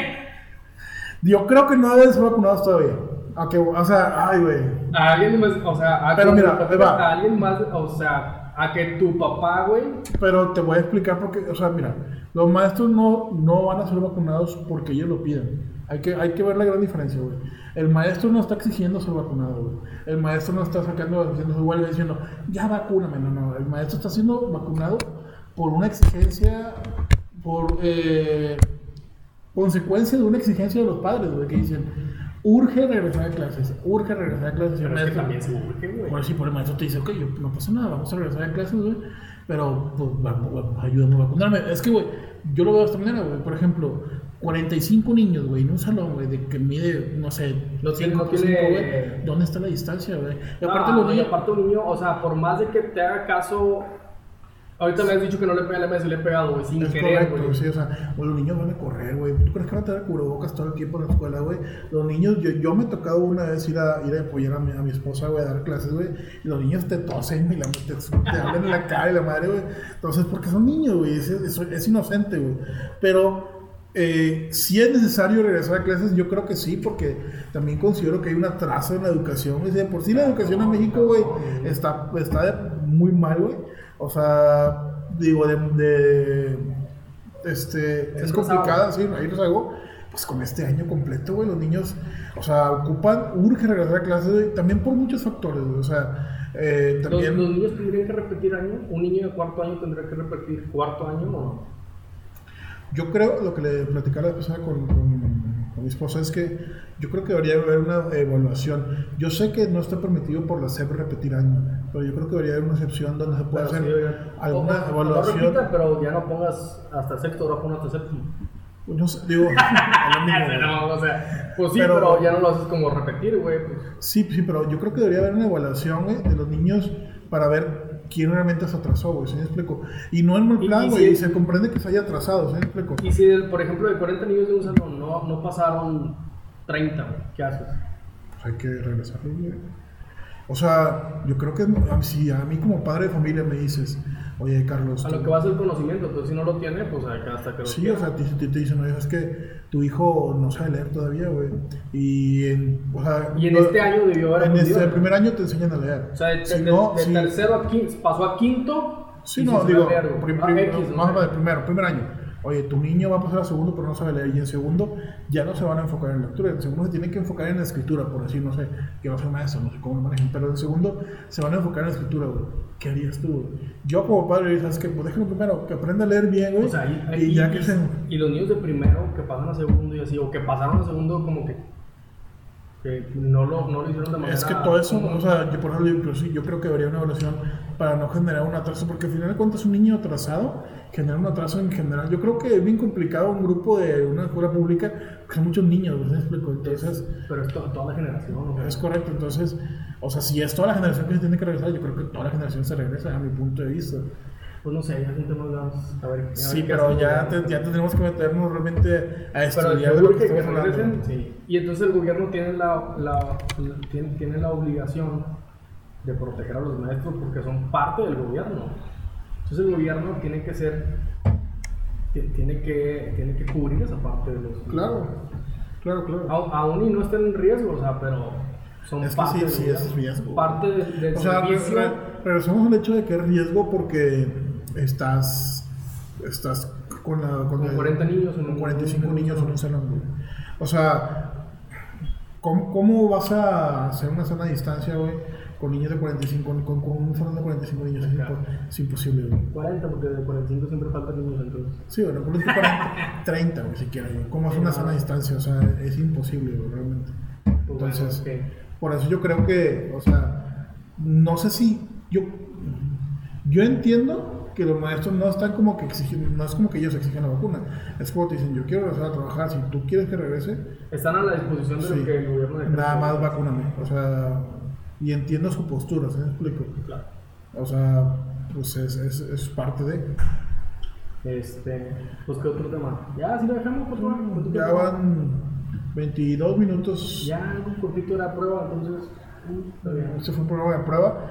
Speaker 1: Yo creo que no deben ser vacunados todavía. Aunque, o sea, ay, güey.
Speaker 2: A alguien más, o sea, a,
Speaker 1: Pero
Speaker 2: como-
Speaker 1: mira, ahí va.
Speaker 2: a alguien más, o sea, a que tu papá, güey,
Speaker 1: Pero te voy a explicar porque, o sea, mira, los maestros no, no van a ser vacunados porque ellos lo pidan. Hay que, hay que ver la gran diferencia, güey. El maestro no está exigiendo ser vacunado, güey. El maestro no está sacando, haciendo su huelga diciendo, ya vacúname. No, no, el maestro está siendo vacunado por una exigencia, por eh, consecuencia de una exigencia de los padres, güey, que dicen, urge regresar a clases, urge regresar a clases. Y el
Speaker 2: pero es que
Speaker 1: maestro-
Speaker 2: también se urge, güey.
Speaker 1: por si por el maestro te dice, ok, yo- no pasa nada, vamos a regresar a clases, güey, pero pues, vamos, vamos, ayúdame a vacunarme. Es que, güey, yo lo veo de esta manera, güey. Por ejemplo, 45 niños, güey, en un salón, güey, de que mide, no sé, los
Speaker 2: Sí,
Speaker 1: 5
Speaker 2: no
Speaker 1: por 5,
Speaker 2: tiene-
Speaker 1: güey. ¿Dónde está la distancia, güey? Y aparte
Speaker 2: Ah,
Speaker 1: los
Speaker 2: y
Speaker 1: niños...
Speaker 2: aparte un niño, o sea, por más de que te haga caso, ahorita me has dicho que no le pegué a la mesa y le he pegado, güey, sin
Speaker 1: Es
Speaker 2: querer,
Speaker 1: correcto,
Speaker 2: güey.
Speaker 1: sí, o sea, güey, los niños van a correr, güey. ¿Tú crees que van a tener cubrebocas todo el tiempo en la escuela, güey? Los niños, yo, yo me he tocado una vez ir a, ir a apoyar a mi, a mi esposa, güey, a dar clases, güey. Y los niños te tosen y la- te, te hablan en la cara y la madre, güey. Entonces, porque son niños, güey, es, es- es inocente, güey. Pero eh, si es necesario regresar a clases, yo creo que sí, porque también considero que hay una traza en la educación. güey. Si de por sí la educación en México, güey, está, está de- muy mal, güey. O sea, digo, de. de- este, es
Speaker 2: nos
Speaker 1: complicada, sí, ahí los hago. Pues con este año completo, güey, los niños, o sea, ocupan, urge regresar a clases, güey, también por muchos factores, güey. O sea, eh,
Speaker 2: Los,
Speaker 1: también.
Speaker 2: los niños tendrían que repetir año, un niño de cuarto año tendrá que repetir cuarto año o no.
Speaker 1: Yo creo, lo que le platicaba la pasada con, con- con mi esposa es que yo creo que debería haber una evaluación. Yo sé que no está permitido por la SEP repetir año, pero yo creo que debería haber una excepción donde se pueda
Speaker 2: Pero
Speaker 1: hacer
Speaker 2: sí, oiga.
Speaker 1: alguna
Speaker 2: O- o-
Speaker 1: evaluación.
Speaker 2: No repita, pero ya no pongas hasta sexto, ahora pon hasta séptimo.
Speaker 1: No sé, digo, es lo mismo, güey.
Speaker 2: [laughs] No, o sea, pues sí, pero,
Speaker 1: Pero-
Speaker 2: ya no lo haces como repetir, güey. pues.
Speaker 1: Sí, sí, pero yo creo que debería haber una evaluación güey, de los niños para ver quién realmente se atrasó, güey, ¿sí me explico? Y no en mal
Speaker 2: Y- y
Speaker 1: plan,
Speaker 2: si-
Speaker 1: güey, y se comprende que se haya atrasado, ¿sí me explico? Pues
Speaker 2: Y si, por ejemplo, de 40 niños de un salón no, no pasaron 30, güey, ¿qué haces?
Speaker 1: Pues hay que regresarlo, güey. O sea, yo creo que a mí- si a mí como padre de familia me dices, oye, Carlos,
Speaker 2: A
Speaker 1: tú-
Speaker 2: lo que va a ser conocimiento, entonces si no lo tiene, pues acá hasta que lo
Speaker 1: sí,
Speaker 2: quiera.
Speaker 1: o sea, te, te- te dicen, oye, es que tu hijo no sabe leer todavía, güey. Y en, o sea,
Speaker 2: Y en
Speaker 1: no-
Speaker 2: este año debió haber
Speaker 1: en
Speaker 2: aprendido.
Speaker 1: este primer año te enseñan a leer.
Speaker 2: O sea, de,
Speaker 1: Si
Speaker 2: de-
Speaker 1: no,
Speaker 2: de
Speaker 1: si-
Speaker 2: tercero a quinto, pasó a quinto.
Speaker 1: Sí,
Speaker 2: y
Speaker 1: no,
Speaker 2: se
Speaker 1: digo,
Speaker 2: sabe algo.
Speaker 1: prim-
Speaker 2: Ah,
Speaker 1: prim-
Speaker 2: X, no
Speaker 1: vamos
Speaker 2: sé.
Speaker 1: a ver, primero, primer año. Oye, tu niño va a pasar a segundo, pero no sabe leer. Y en segundo, ya no se van a enfocar en lectura. En segundo, se tienen que enfocar en la escritura, por decir, no sé, que no soy maestro, no sé cómo lo manejan. Pero en segundo, se van a enfocar en la escritura, güey. ¿Qué harías tú, güey? Yo, como padre, diría, ¿sabes qué? Pues déjalo primero, que aprenda a leer bien, güey.
Speaker 2: O sea, y,
Speaker 1: y,
Speaker 2: y-
Speaker 1: ya que
Speaker 2: Pues y-
Speaker 1: se.
Speaker 2: y los niños de primero que pasan a segundo y así, o que pasaron a segundo como que, que no, lo, no lo hicieron de manera...
Speaker 1: Es que todo eso, o sea, yo por ejemplo, incluso yo creo que habría una evaluación para no generar un atraso, porque al final de cuentas un niño atrasado genera un atraso en general. Yo creo que es bien complicado un grupo de una escuela pública, porque son muchos niños, ¿me explico? Entonces,
Speaker 2: Pero es to- toda la generación, o sea,
Speaker 1: es correcto, entonces, o sea, si es toda la generación que se tiene que regresar, yo creo que toda la generación se regresa, a mi punto de vista.
Speaker 2: Pues no sé, ya es un tema más. A ver, a ver
Speaker 1: Sí,
Speaker 2: qué
Speaker 1: pero
Speaker 2: hacemos.
Speaker 1: ya, te- ya tendremos que meternos realmente a
Speaker 2: Pero
Speaker 1: estudiar de
Speaker 2: yo
Speaker 1: lo que
Speaker 2: creo que
Speaker 1: estamos hablando.
Speaker 2: regresen, Y entonces el gobierno tiene la, la- tiene, tiene la obligación de proteger a los maestros porque son parte del gobierno. Entonces el gobierno tiene que ser, ti- tiene que, tiene que cubrir esa parte de los...
Speaker 1: Claro, claro, claro.
Speaker 2: Au- Aún y no estén en riesgo, o sea, pero son
Speaker 1: Es que
Speaker 2: parte
Speaker 1: sí,
Speaker 2: del
Speaker 1: sí es
Speaker 2: gobierno,
Speaker 1: riesgo.
Speaker 2: Parte del, del
Speaker 1: O sea, re-
Speaker 2: servicio.
Speaker 1: re- regresamos al hecho de que es riesgo porque estás, estás con, la, con
Speaker 2: Con
Speaker 1: el-
Speaker 2: 40 niños en
Speaker 1: con
Speaker 2: un-
Speaker 1: 45 niños en un salón. güey. O sea, ¿cómo, cómo vas a hacer una sana distancia, güey, con niños de 45, con, con un salón de 45 niños? Es,
Speaker 2: Claro.
Speaker 1: impo- es imposible, güey.
Speaker 2: 40, porque de 45 siempre faltan niños, entonces.
Speaker 1: Sí, bueno, por 40, 30, güey, si quieres, güey. ¿Cómo hacer una sana distancia? O sea, es imposible, güey, realmente.
Speaker 2: pues, bueno,
Speaker 1: Entonces,
Speaker 2: ok.
Speaker 1: Por eso yo creo que, o sea, no sé si yo yo entiendo que los maestros no están como que exigiendo, no es como que ellos exigen la vacuna, es como te dicen, yo quiero regresar a trabajar, si tú quieres que regrese,
Speaker 2: Están a la disposición de
Speaker 1: sí,
Speaker 2: lo que el gobierno decreta.
Speaker 1: nada más vacúname, o sea, y entiendo su postura, ¿se me explico?
Speaker 2: Claro.
Speaker 1: O sea, pues es, es, es parte de,
Speaker 2: Este, pues qué otro tema. Ya, si lo dejamos, por favor. ¿Cuánto
Speaker 1: Mm, ya
Speaker 2: tiempo?
Speaker 1: van 22 minutos
Speaker 2: Ya, un cortito era prueba, entonces. mm, está bien.
Speaker 1: Este fue un programa de prueba.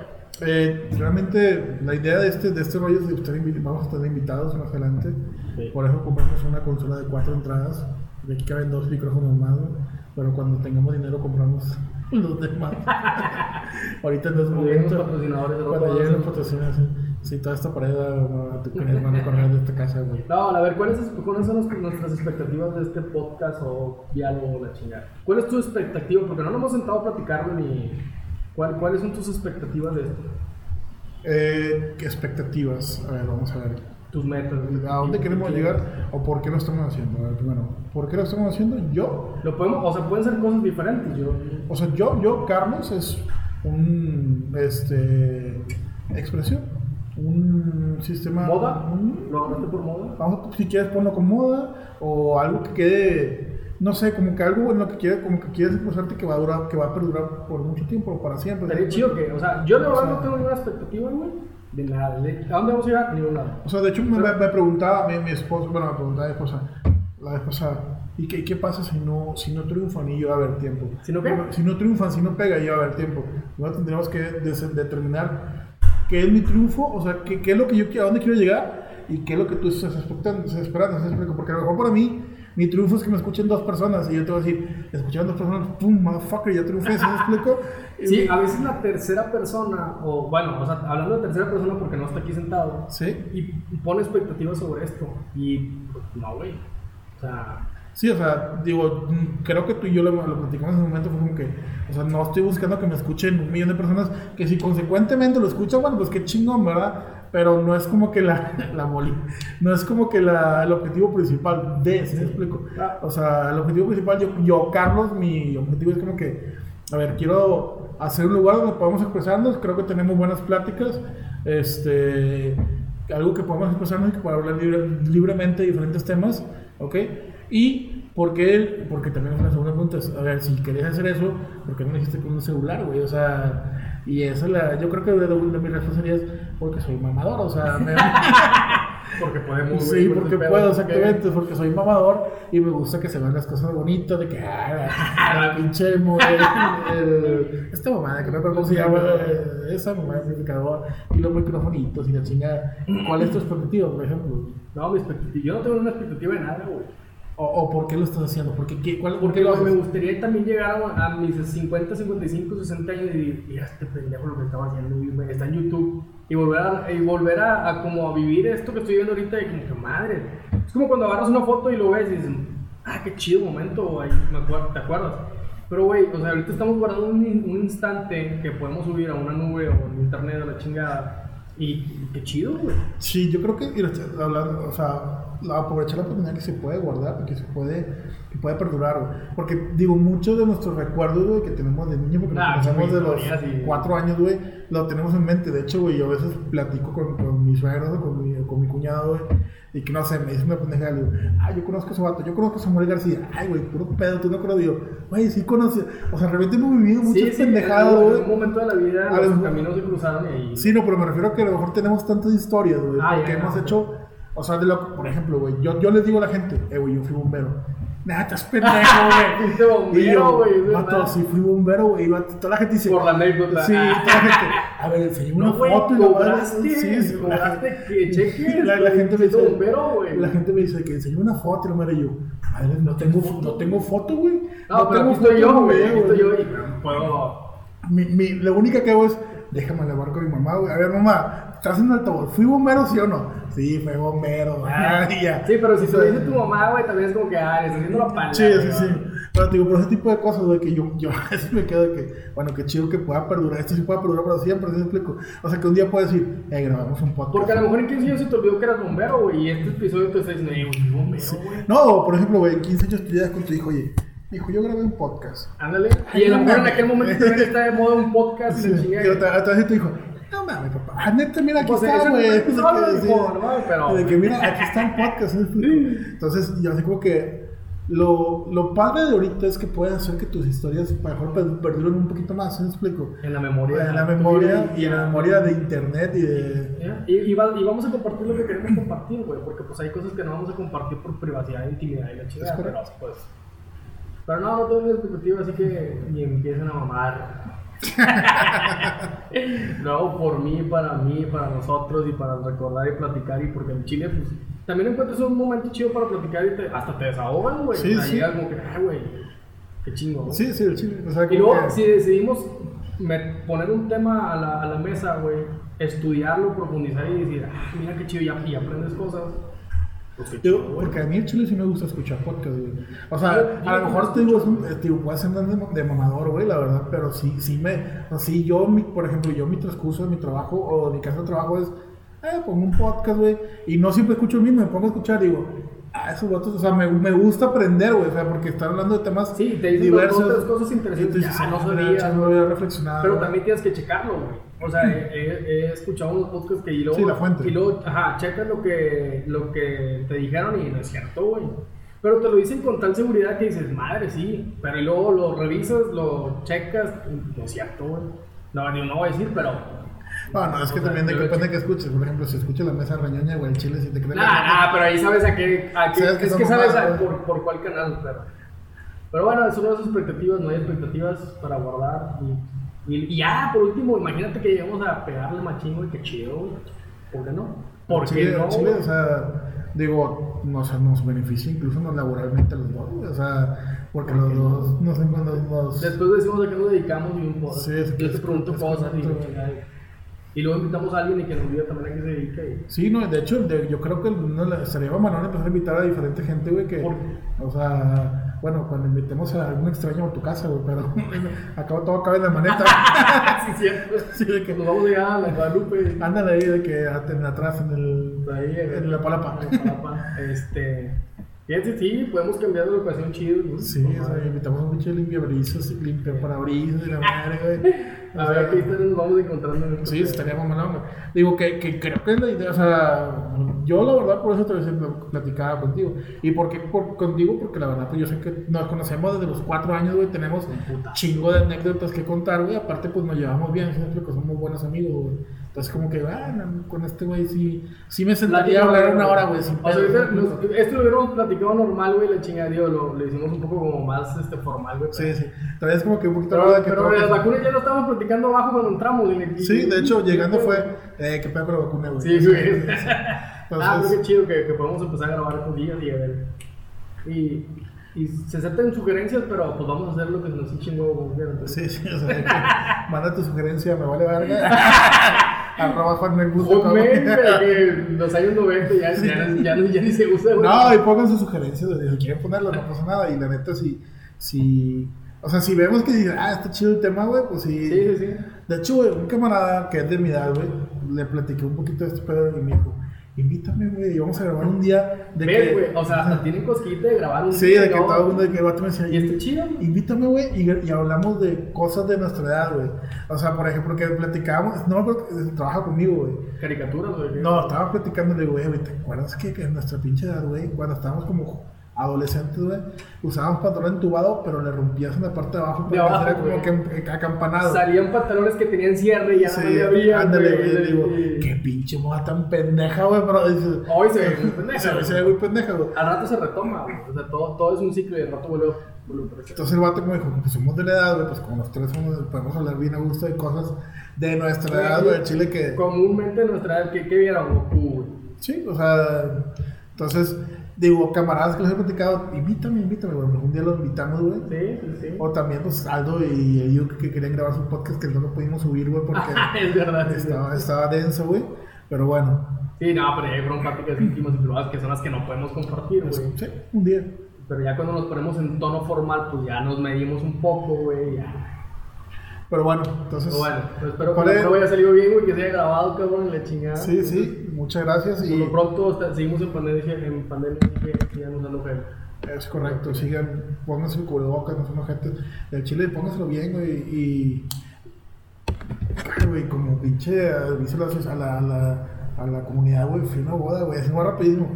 Speaker 1: Eh, realmente la idea de este, de este rollo es de estar invi- vamos a estar invitados más adelante.
Speaker 2: Sí.
Speaker 1: Por eso compramos una consola de cuatro entradas. De aquí caben dos micrófonos más, güey. pero cuando tengamos dinero compramos [laughs] los demás. Ahorita no es
Speaker 2: Cuando lleguen los
Speaker 1: momento.
Speaker 2: patrocinadores, luego
Speaker 1: Cuando
Speaker 2: vamos a
Speaker 1: lleguen los
Speaker 2: hacer-
Speaker 1: patrocinadores. sí. Sí, toda esta pared ah, va a tener- van a correr de esta casa, güey.
Speaker 2: No, a ver, ¿cuáles, cuáles son los- nuestras expectativas de este podcast o diálogo o la chingada? ¿Cuál es tu expectativa? Porque no nos hemos sentado a platicarlo ni. ¿Cuál, ¿Cuáles son tus expectativas de esto?
Speaker 1: Eh, ¿qué expectativas. A ver, vamos a ver.
Speaker 2: Tus metas.
Speaker 1: ¿A dónde queremos llegar o por qué lo estamos haciendo? A ver, primero, ¿por qué lo estamos haciendo? Yo
Speaker 2: Lo podemos, o sea, pueden ser cosas diferentes. Yo,
Speaker 1: O sea, yo, yo, Carlos, es un este expresión, un sistema.
Speaker 2: ¿Moda?
Speaker 1: un-
Speaker 2: ¿Lo hablaste por moda?
Speaker 1: vamos, si quieres ponlo con moda, o algo que quede, no sé, como que algo en lo que quieres, como que quieres expresarte que va a durar, que va a perdurar por mucho tiempo, para siempre.
Speaker 2: Estaría chido que, o sea, yo la verdad no tengo ninguna expectativa, güey, de nada. de- ¿A dónde vamos a llegar? Ni un lado.
Speaker 1: O sea, de hecho me, me- me preguntaba mi, mi esposo, bueno, me preguntaba mi esposa, la vez pasada, ¿y qué, qué pasa si no, si no triunfan y yo va a haber tiempo?
Speaker 2: ¿Si no qué?
Speaker 1: Si no triunfan, si no pega y yo va a haber tiempo. Luego tendríamos que des- determinar qué es mi triunfo, o sea, qué, qué es lo que yo quiero, a dónde quiero llegar y qué es lo que tú estás expectando, estás esperando, estás esperando. Porque a lo mejor para mí, mi triunfo es que me escuchen dos personas y yo te voy a decir, escucharon dos personas, pum, motherfucker, ya triunfé, ¿sí me explico?
Speaker 2: Sí, ah, a veces la tercera persona, o bueno, o sea, hablando de tercera persona porque no está aquí sentado,
Speaker 1: Sí.
Speaker 2: y pone expectativas sobre esto, y pues, no, güey. O sea,
Speaker 1: Sí, o sea, digo, mm, creo que tú y yo lo, lo platicamos en un momento, fue como que, o sea, no estoy buscando que me escuchen un millón de personas, que si consecuentemente lo escuchan, bueno, pues qué chingón, ¿verdad? Pero no es como que la, [laughs] la moli, no es como que la, el objetivo principal de, ¿sí me explico?
Speaker 2: Ah.
Speaker 1: O sea, el objetivo principal, yo, yo, Carlos, mi objetivo es como que, a ver, quiero hacer un lugar donde podamos expresarnos, creo que tenemos buenas pláticas, este, algo que podamos expresarnos y que podamos hablar libre- libremente de diferentes temas, ¿ok? Y porque él, porque también es una segunda pregunta, es, a ver, si querías hacer eso, ¿por qué no lo hiciste con un celular, güey? O sea, y esa es la, yo creo que de, de mis responsabilidades, porque soy mamador, o sea, me...
Speaker 2: porque podemos,
Speaker 1: Pues Sí, porque puedo,
Speaker 2: exactamente
Speaker 1: exactamente, porque soy mamador y me gusta que se vean las cosas bonitas, de que, ah,
Speaker 2: [laughs]
Speaker 1: la, la pinche modelo, el- esta mamada, que no recuerdo cómo se llama, eh, esa mamada significadora, y los microfonitos y la chingada. ¿Cuál es tu expectativa, por ejemplo?
Speaker 2: No, mi expectativa, yo no tengo una expectativa de nada, güey.
Speaker 1: O, o por qué lo estás haciendo? ¿Por qué, qué- cuál, ¿por qué
Speaker 2: Porque
Speaker 1: lo
Speaker 2: me
Speaker 1: haces?
Speaker 2: gustaría también llegar a, a mis 50, 55, 60 años y decir, mira este pendejo lo que estaba haciendo, y me- está en YouTube. Y volver, a, y volver a, a como a vivir esto que estoy viendo ahorita de como que madre. Es como cuando agarras una foto y lo ves y dices, ah, qué chido momento, ahí me acuer- ¿te acuerdas? Pero güey, o sea, ahorita estamos guardando un, in- un instante que podemos subir a una nube o en internet a la chingada. Y qué chido, güey.
Speaker 1: Sí, yo creo que, mira, hablando, o sea, la- aprovechar la oportunidad que se puede guardar, porque se puede, que puede perdurar, güey. Porque, digo, muchos de nuestros recuerdos, güey, que tenemos de niño, porque
Speaker 2: Ah,
Speaker 1: lo pensamos
Speaker 2: sí,
Speaker 1: de los
Speaker 2: todavía sí.
Speaker 1: cuatro años, güey, lo tenemos en mente. De hecho, güey, yo a veces platico con, con mis suegros, con mi, con mi cuñado, güey, y que no sé, me dice una pendeja, le digo, ah, yo conozco a ese vato, yo conozco a Samuel García, ay, güey, puro pedo, tú no creo, digo, güey, sí conocí, o sea, realmente hemos vivido muchas pendejadas,
Speaker 2: en
Speaker 1: güey.
Speaker 2: algún momento de la vida
Speaker 1: A
Speaker 2: los
Speaker 1: ver,
Speaker 2: caminos se cruzaron y ahí.
Speaker 1: Sí, no, pero me refiero a que a lo mejor tenemos tantas historias, güey,
Speaker 2: Ah,
Speaker 1: porque
Speaker 2: ya,
Speaker 1: hemos
Speaker 2: ya,
Speaker 1: hecho, o sea, de lo, por ejemplo, güey, yo, yo les digo a la gente, eh, güey, yo fui bombero. Nah, estás
Speaker 2: [laughs]
Speaker 1: pendejo, güey.
Speaker 2: Fuiste bombero,
Speaker 1: Y yo,
Speaker 2: güey, es verdad.
Speaker 1: vato, sí fui bombero, güey, y vato, toda la gente dice...
Speaker 2: Por la anécdota. Ah,
Speaker 1: Sí, toda la gente, a ver, enseñé una
Speaker 2: No, güey,
Speaker 1: foto y la verdad,
Speaker 2: cobraste, cobraste que cheques,
Speaker 1: [laughs] la, la
Speaker 2: güey,
Speaker 1: gente me dice,
Speaker 2: fuiste bombero, güey.
Speaker 1: la gente me dice que enseñé una foto y la madre y yo, madre, no tengo, fo- no tengo foto, güey.
Speaker 2: No, pero
Speaker 1: tengo
Speaker 2: aquí estoy
Speaker 1: foto,
Speaker 2: yo, güey. Aquí
Speaker 1: güey.
Speaker 2: estoy yo y puedo.
Speaker 1: Mi, mi, la única que hago es, déjame hablar con mi mamá, güey. A ver, mamá, estás en el altavoz. ¿Fui bombero, sí o no? Sí, fui bombero. [laughs] Ay, ya.
Speaker 2: Sí, pero si se lo dice
Speaker 1: Sí,
Speaker 2: tu mamá, güey, también es como que, ah, le estás haciendo la pala.
Speaker 1: Sí, sí,
Speaker 2: güey.
Speaker 1: sí. Pero te digo, por ese tipo de cosas, güey, que yo, [laughs] yo a veces me quedo de que, bueno, qué chido que pueda perdurar. Esto sí pueda perdurar para siempre, ¿sí me explico? O sea, que un día puedo decir, eh, grabamos un podcast.
Speaker 2: Porque a lo mejor en 15 años se te olvidó que eras bombero, güey. Y este episodio te está diciendo, "Ey, güey, bombero, güey.
Speaker 1: No, o, por ejemplo, güey, en 15 años tú llegas con tu hijo, oye, hijo, yo grabé un podcast.
Speaker 2: Ándale. Y a lo mejor en aquel momento también está de moda un podcast y
Speaker 1: Sí,
Speaker 2: la
Speaker 1: y
Speaker 2: chingada.
Speaker 1: otra otra vez tu hijo, no mames, papá, ah, neta, mira, aquí
Speaker 2: Pues,
Speaker 1: está,
Speaker 2: eso no
Speaker 1: güey.
Speaker 2: es
Speaker 1: De que-
Speaker 2: solo,
Speaker 1: sí,
Speaker 2: hijo, ¿no? Pero-
Speaker 1: de que,
Speaker 2: [laughs]
Speaker 1: mira, aquí está el podcast. ¿sí? Entonces, yo así como que lo, lo padre de ahorita es que puedes hacer que tus historias a lo mejor per- perduren un poquito más, ¿sí me explico?
Speaker 2: En la memoria.
Speaker 1: En la memoria y en la memoria de internet y de...
Speaker 2: Ya, Y, y va- y vamos a compartir lo que queremos compartir, güey, porque pues hay cosas que no vamos a compartir por privacidad, intimidad y la chingada,
Speaker 1: Es
Speaker 2: pero
Speaker 1: correcto.
Speaker 2: pues... Pero no, no tengo expectativa, así que ni empiecen
Speaker 1: [laughs]
Speaker 2: a mamar. Lo hago por mí, para mí, para nosotros y para recordar y platicar y porque en Chile, pues, también encuentras un momento chido para platicar y te- hasta te desahogan, güey.
Speaker 1: Sí,
Speaker 2: O sea,
Speaker 1: sí.
Speaker 2: llegas como que, ay, güey, qué chingo, ¿no?
Speaker 1: Sí, sí, el chile. O sea,
Speaker 2: Y
Speaker 1: como
Speaker 2: luego,
Speaker 1: que-
Speaker 2: si decidimos me- poner un tema a la, a la mesa, güey, estudiarlo, profundizar y decir, ah, mira qué chido, ya, y aprendes cosas. Pues qué
Speaker 1: Yo-
Speaker 2: chido, güey.
Speaker 1: porque a mí el chile sí me gusta escuchar podcast, güey. O sea,
Speaker 2: Yo- yo
Speaker 1: a lo
Speaker 2: no
Speaker 1: mejor
Speaker 2: escucho.
Speaker 1: te digo, es un- eh, te digo, puede ser de, de mamador, güey, la verdad, pero sí, sí me. O sea, sí, yo, mi, por ejemplo, yo mi transcurso de mi trabajo o de mi casa de trabajo es, eh, pongo un podcast, güey, y no siempre escucho el mismo, me pongo a escuchar y digo, ah, esos vatos, o sea, me, me gusta aprender, güey, o sea, porque están hablando de temas
Speaker 2: Sí, te dicen dos, tres cosas interesantes,
Speaker 1: y tú dices,
Speaker 2: ah, no
Speaker 1: ah,
Speaker 2: sabía.
Speaker 1: mira, no había reflexionado.
Speaker 2: Pero
Speaker 1: güey.
Speaker 2: también tienes que checarlo, güey. O sea, he, he- he escuchado unos podcasts que y luego,
Speaker 1: Sí, la fuente.
Speaker 2: y luego, ajá, checas lo que, lo que te dijeron y no es cierto, güey. Pero te lo dicen con tal seguridad que dices, madre, sí. Pero y luego lo revisas, lo checas, y no es cierto, güey. No, yo no voy a decir, pero.
Speaker 1: No, no, es que
Speaker 2: O sea,
Speaker 1: también de
Speaker 2: yo
Speaker 1: que
Speaker 2: lo
Speaker 1: depende que escuches. Por ejemplo, si escuchas la mesa reñoña, güey, el chile, si te crees.
Speaker 2: Nah, nah, pero ahí sabes a qué. a qué-
Speaker 1: Sabes que
Speaker 2: es
Speaker 1: son
Speaker 2: que sabes a-
Speaker 1: mamadas, güey.
Speaker 2: por, por cuál canal, pero. Pero bueno, eso no es expectativas, no hay expectativas para guardar. Y, y- y ya, por último, imagínate que llegamos a pegarle machingo y que chido, güey. ¿Por qué no? ¿Por qué
Speaker 1: Chile-
Speaker 2: no?
Speaker 1: Chile,
Speaker 2: güey?
Speaker 1: o sea, digo, nos, nos beneficia incluso nos laboralmente a los dos, güey, o sea, porque los dos nos encontramos.
Speaker 2: Después decimos a qué nos dedicamos y un podcast.
Speaker 1: Sí, es que
Speaker 2: Yo te
Speaker 1: es-
Speaker 2: pregunto
Speaker 1: es
Speaker 2: cosas y,
Speaker 1: correcto.
Speaker 2: y luego invitamos a alguien y que nos diga también a qué se dedica. y- [laughs]
Speaker 1: Sí, no, de hecho, de- yo creo que no, le- estaría mamalón empezar a invitar a diferente gente, güey, que,
Speaker 2: ¿Por
Speaker 1: o sea, bueno, cuando invitemos a algún extraño a tu casa, güey, pero [laughs] acabo todo cabe en la
Speaker 2: [laughs]
Speaker 1: maneta.
Speaker 2: Ah, sí, cierto.
Speaker 1: sí, de que
Speaker 2: Nos vamos allá a la Guadalupe.
Speaker 1: andan ahí de que aten- atrás en el,
Speaker 2: Pues Ahí en,
Speaker 1: en la palapa.
Speaker 2: en la
Speaker 1: [laughs]
Speaker 2: palapa. Este. Fíjate, sí, podemos cambiar de locación chido. ¿no?
Speaker 1: Sí, o sea, invitamos a un pinche limpiabrisas, limpia parabrisas y la madre, güey.
Speaker 2: [laughs] A ver, aquí está, nos vamos encontrando. en el
Speaker 1: Sí,
Speaker 2: café.
Speaker 1: estaría mamalón, güey. Digo, que, que creo que es la idea, o sea, yo la verdad por eso te decía, pl- platicaba contigo. ¿Y por qué por, contigo? Porque la verdad, pues yo sé que nos conocemos desde los cuatro años, güey, tenemos
Speaker 2: Puta.
Speaker 1: chingo de anécdotas que contar, güey, aparte pues nos llevamos bien, siempre que somos buenos amigos, güey. Entonces como que, ah, no, con este güey sí, sí me sentaría a hablar una hora, güey, sin
Speaker 2: O sea,
Speaker 1: pedo,
Speaker 2: ahorita
Speaker 1: sin pedo.
Speaker 2: nos- esto lo hubiéramos platicado normal, güey, la chingada, digo, lo, lo hicimos un poco como más este, formal, güey.
Speaker 1: Sí, sí. Todavía es como que un poquito
Speaker 2: Pero,
Speaker 1: la verdad que
Speaker 2: pero,
Speaker 1: tengo
Speaker 2: las
Speaker 1: que-
Speaker 2: vacunas ya lo estábamos platicando abajo cuando entramos. en el-
Speaker 1: Sí, de hecho, llegando fue, eh, que pedo con la vacuna, güey. [laughs]
Speaker 2: Sí, güey. [laughs] ah,
Speaker 1: Entonces-
Speaker 2: pues qué chido que, que podemos empezar a grabar estos días y a ver. Y, y se aceptan sugerencias, pero pues vamos a hacer lo que se nos eche nuevo gobierno.
Speaker 1: Sí, sí, o sea, de que manda tu sugerencia, me vale
Speaker 2: [laughs]
Speaker 1: verga. Arroba Juan Mel Gusto, [laughs]
Speaker 2: Homemade,
Speaker 1: cabrón.
Speaker 2: pero que en los años 90 ya, ya, ya no- ya ni se usa, güey.
Speaker 1: No, y pongan sus sugerencias, güey, si quieren ponerlas, no pasa nada. Y la neta, si, si, o sea, si vemos que dicen, ah, está chido el tema, güey, pues sí.
Speaker 2: Sí, sí, sí.
Speaker 1: De hecho, güey, un camarada que es de mi edad, güey, le platiqué un poquito de este pedo y me dijo, invítame, güey, y vamos a grabar un día de
Speaker 2: Ves,
Speaker 1: que...
Speaker 2: güey, o sea, hasta tienen cosquillita de grabar un
Speaker 1: Sí,
Speaker 2: día,
Speaker 1: de que
Speaker 2: ¿no?
Speaker 1: todo el mundo, de que el vato me decía,
Speaker 2: Y está chido, güey.
Speaker 1: Invítame, güey, y, y hablamos de cosas de nuestra edad, güey. O sea, por ejemplo, que platicábamos, no, pero eh, trabaja conmigo, güey.
Speaker 2: Caricaturas, güey. que-
Speaker 1: No, estábamos platicando, le digo, güey, güey, ¿te acuerdas que, que en nuestra pinche edad, güey, cuando estábamos como adolescentes, güey, usábamos pantalón entubado, pero le rompías en la parte de abajo
Speaker 2: De
Speaker 1: para
Speaker 2: abajo,
Speaker 1: que fuera
Speaker 2: güey.
Speaker 1: como que em- que acampanado.
Speaker 2: Salían pantalones que tenían cierre y ya no
Speaker 1: Sí,
Speaker 2: le abrían,
Speaker 1: ándale, güey, le
Speaker 2: güey.
Speaker 1: digo, qué pinche moda tan pendeja, güey, pero dices,
Speaker 2: Hoy se ve muy pendeja,
Speaker 1: se ve-
Speaker 2: güey.
Speaker 1: se ve muy pendeja, güey.
Speaker 2: Al rato se retoma, güey. O sea, todo, todo es un ciclo y al rato vuelve vuelve a aparecer.
Speaker 1: Entonces el vato como dijo, pues somos de la edad, güey, pues como los tres somos, podemos hablar bien a gusto de cosas de nuestra
Speaker 2: Güey,
Speaker 1: edad, güey, al chile que...
Speaker 2: Comúnmente en nuestra edad, ¿qué, qué vieron? Goku, güey.
Speaker 1: Sí, o sea, entonces, digo, camaradas que les he platicado, invítame, invítame, güey, un día los invitamos, güey.
Speaker 2: Sí, sí, sí.
Speaker 1: O también, pues, Aldo y ellos que que querían grabar su podcast que no lo pudimos subir, güey, porque
Speaker 2: [laughs] es verdad. es verdad.
Speaker 1: estaba, estaba denso, güey. Pero bueno,
Speaker 2: Sí, no, pero ya fueron prácticas íntimas y privadas que son las que no podemos compartir,
Speaker 1: pues,
Speaker 2: güey.
Speaker 1: sí, un día.
Speaker 2: Pero ya cuando nos ponemos en tono formal, pues ya nos medimos un poco, güey. Ya.
Speaker 1: Pero bueno, entonces,
Speaker 2: Pero bueno, pues espero que
Speaker 1: ¿Cuál
Speaker 2: la
Speaker 1: es?
Speaker 2: prueba haya salido bien, güey, que se haya grabado, cabrón, y la chingada.
Speaker 1: sí, sí, muchas gracias
Speaker 2: Por
Speaker 1: y
Speaker 2: lo pronto está- seguimos en pandemia, en pandemia, así que sigan usando gel.
Speaker 1: es correcto, sigan, pónganse el cubrebocas, no son ojetes. El chile, pónganselo bien, güey, y... Ay, güey, como pinche aviso a la, a la, a la comunidad, güey, fui a una boda, güey, así muy rapidísimo.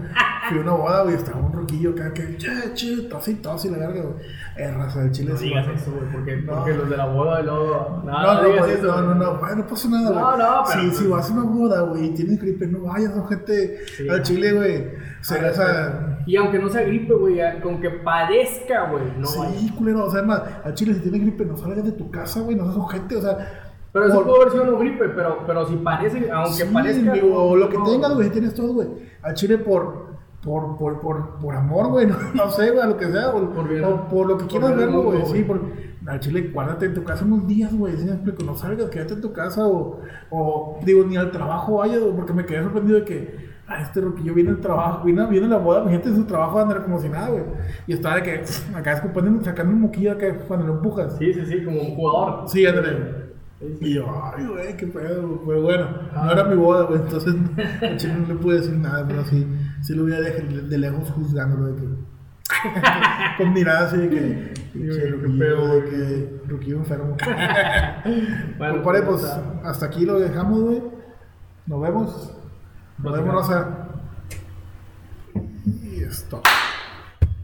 Speaker 1: Fui a una boda, güey, estaba un roquillo acá que, che, che, tos y tos y la verga, güey. Eh, raza del chile.
Speaker 2: No
Speaker 1: sí,
Speaker 2: digas
Speaker 1: güey.
Speaker 2: eso, güey, porque,
Speaker 1: No.
Speaker 2: porque los de la boda y luego. No,
Speaker 1: No, no,
Speaker 2: digas
Speaker 1: pues,
Speaker 2: eso,
Speaker 1: no, no,
Speaker 2: güey.
Speaker 1: no, güey, no pasa nada, güey.
Speaker 2: No, no, pero-
Speaker 1: Si, si vas a una boda, güey, y tienes gripe, no vayas, no, gente,
Speaker 2: Sí.
Speaker 1: al chile, güey. Se
Speaker 2: Ah,
Speaker 1: esa...
Speaker 2: Y aunque no sea gripe, güey, ya, con que padezca, güey, no hay.
Speaker 1: sí, culero, o sea, además, al chile, si tienes gripe, no salgas de tu casa, güey, no seas ojete, o sea...
Speaker 2: Pero eso
Speaker 1: por-
Speaker 2: puede haber sido una gripe, pero, pero si parece, aunque
Speaker 1: Sí,
Speaker 2: parezca.
Speaker 1: digo, o lo que
Speaker 2: no.
Speaker 1: tengas, güey, tienes todo, güey. Al chile por, por, por, por, por amor, güey, [laughs] no, no sé, güey, a lo que sea, o o
Speaker 2: Por
Speaker 1: por,
Speaker 2: bien-
Speaker 1: lo que
Speaker 2: por
Speaker 1: quieras
Speaker 2: bien del
Speaker 1: verlo,
Speaker 2: mundo,
Speaker 1: güey. Sí,
Speaker 2: güey.
Speaker 1: por, al chile, guárdate en tu casa unos días, güey, si me explico, no salgas, quédate en tu casa, o, o digo, ni al trabajo vayas, güey, porque me quedé sorprendido de que. A este roquillo viene el trabajo, viene, viene la boda, mi gente en su trabajo andar como si nada, güey. Y estaba de que acá escupiendo, sacando un moquillo acá cuando lo empujas.
Speaker 2: Sí, sí, sí, como un jugador.
Speaker 1: Sí, ándale.
Speaker 2: Sí, sí.
Speaker 1: Y yo, ay, güey, qué pedo. Pero bueno, no era mi boda, güey, entonces [laughs] al chile no le pude decir nada, pero sí, sí lo hubiera dejado de, de lejos juzgándolo de que. [laughs] con mirada así de que.
Speaker 2: güey,
Speaker 1: Che,
Speaker 2: qué
Speaker 1: ruquillo,
Speaker 2: pedo,
Speaker 1: de que. Ruquillo
Speaker 2: [laughs]
Speaker 1: enfermo.
Speaker 2: Bueno,
Speaker 1: Compadre, pues
Speaker 2: ya está.
Speaker 1: hasta aquí lo dejamos, güey. Nos vemos. Nos vemos, Rosa. Y esto.